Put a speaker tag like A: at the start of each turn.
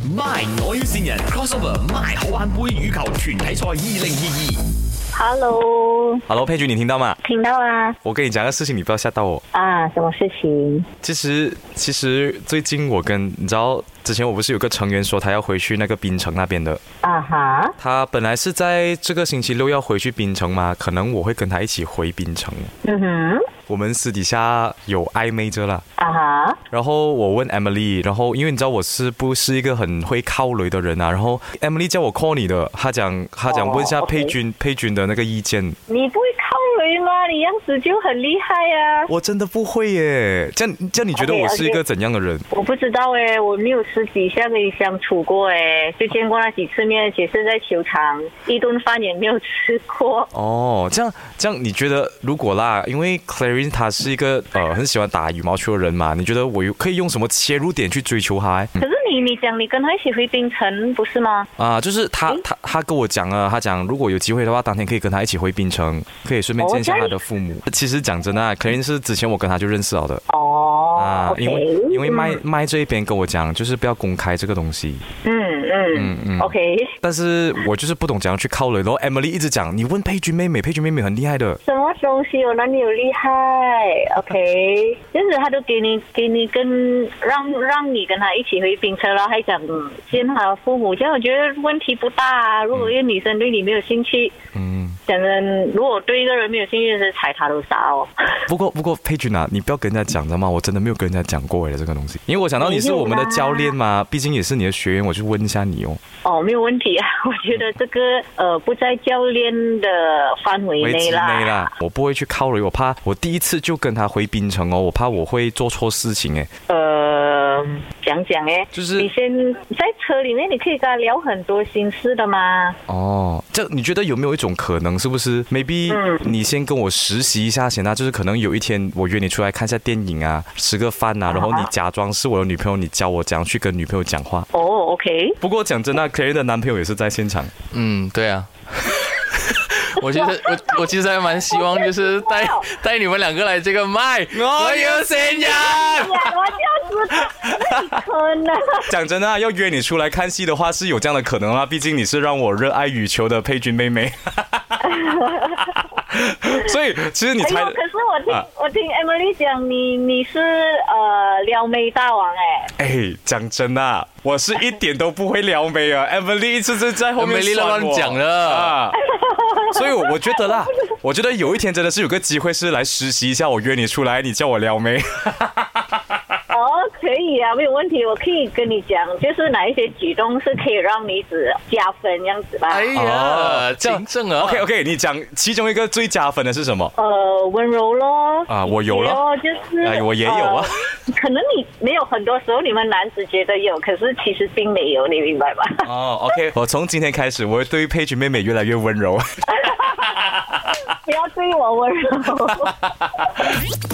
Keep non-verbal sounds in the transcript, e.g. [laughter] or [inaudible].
A: My 我要线人 crossover My 好玩杯羽球團體賽二零二
B: Hello，
C: Hello，佩君，你听到吗？
B: 听到啊
C: 我跟你讲个事情，你不要吓到我。
B: 啊，什么事情？
C: 其实，其实最近我跟你知道，之前我不是有个成员说他要回去那个槟城那边的，
B: 啊哈，
C: 他本来是在这个星期六要回去槟城嘛，可能我会跟他一起回槟城。
B: 嗯哼，
C: 我们私底下有暧昧着啦。
B: 啊哈，
C: 然后我问 Emily，然后因为你知道我是不是一个很会靠雷的人啊，然后 Emily 叫我 call 你的，她讲她讲
B: 哦
C: 问一下
B: OK
C: 佩君、佩君的那个意见，
B: 你不会靠雷吗？你样子就很厉害啊！
C: 我真的不会耶，这样这样你觉得
B: OK，
C: 我是一
B: OK
C: 个怎样的人？
B: 我不知道哎、我没有私底下跟你相处过哎、就见过那几次面，而且是在球场，一顿饭也没有吃过。 [laughs]
C: 哦，这样这样，你觉得如果啦，因为 Clarine 她是一个呃很喜欢打羽毛球的人嘛，你觉得我有可以用什么切入点去追求她欸？
B: 可是你，你讲你跟他一起回冰城不是吗？
C: 啊、就是她她她跟我讲了，她讲如果有机会的话，当天可以跟她一起回槟城，可以顺便见一下她的父母。其实讲真的啊，Clarine 是之前我跟她就认识好的。
B: 哦、
C: 啊
B: o，k
C: 因为因为麦
B: 嗯
C: 麦这一边跟我讲，就是不要公开这个东西。
B: 嗯嗯
C: 嗯嗯
B: o k
C: 但是我就是不懂怎样去靠人，然后 Emily 一直讲，你问佩君妹妹，佩君妹妹很厉害的。
B: 什么东西哦有哪里有厉害？OK，就是
C: [laughs]
B: 他都给你给你跟让让你跟他一起回冰车了，还讲嗯见他父母，这样我觉得问题不大啊。如果一个女生对你没有兴趣，
C: 嗯，
B: 讲真，如果对一个人没有兴趣，是踩他都傻哦。
C: 不过不过佩君啊，你不要跟人家讲，知道吗？我真的没有跟人家讲过诶，这个东西，因为我想到你是我们的教练嘛，毕竟也是你的学员，我就问一下你哦。
B: 哦，没有问题啊， [laughs] 我觉得这个呃不在教练的范围
C: 围
B: 内
C: 棋
B: 啦。
C: 内啦，我不会去靠人，我怕我第一次就跟他回槟城哦，我怕我会做错事情诶。
B: 呃，讲讲哎，
C: 就是
B: 你先在车里面，你可以跟他聊很多心事的嘛。
C: 哦，这你觉得有没有一种可能，是不是？maybe、
B: 嗯
C: 你先跟我实习一下先啊，就是可能有一天我约你出来看一下电影啊，吃个饭啊，然后你假装是我的女朋友，你教我怎样去跟女朋友讲话。
B: 哦，OK、o k
C: 不过讲真的 c l a r 的男朋友也是在现场，
D: 嗯，对啊。 [laughs] 我其实我我其实还蛮希望就是带带你们两个来这个麦，我哦有谁呀？
B: 哎呀，我就知道，那你可能。
C: 讲真的啊、要约你出来看戏的话是有这样的可能啊，毕竟你是让我热爱羽球的佩君妹妹。 [laughs] 所以其实你
B: 哎
C: 猜
B: 呦，可是我听、
C: 啊
B: 我听 Emily 讲，你你是呃撩妹大王哎、
C: 哎，讲真啊，我是一点都不会撩妹啊，Emily 一直是在后面
D: Emily
C: 酸我
D: 乱讲的
C: 啊，所以我我觉得啦，我觉得有一天真的是有个机会是来实习一下，我约你出来，你叫我撩妹，
B: 哦，可以啊，没有问题，我可以跟你讲，就是哪一些举动是可以让女子加分这样子吧。
D: 哎呀，真正啊
C: OK OK，你讲其中一个最加分的是什么？
B: 呃，温柔咯，
C: 啊我有咯
B: 哦，就是，
C: 哎我也有啊
B: 呃可能你没有，很多时候你们男子觉得有，可是其实并没有，你明白
C: [laughs]
B: 吧？
C: 哦、o k 我从今天开始，我会对佩君妹妹越来越温柔。
B: 不要对我温柔。
A: 二。 [laughs]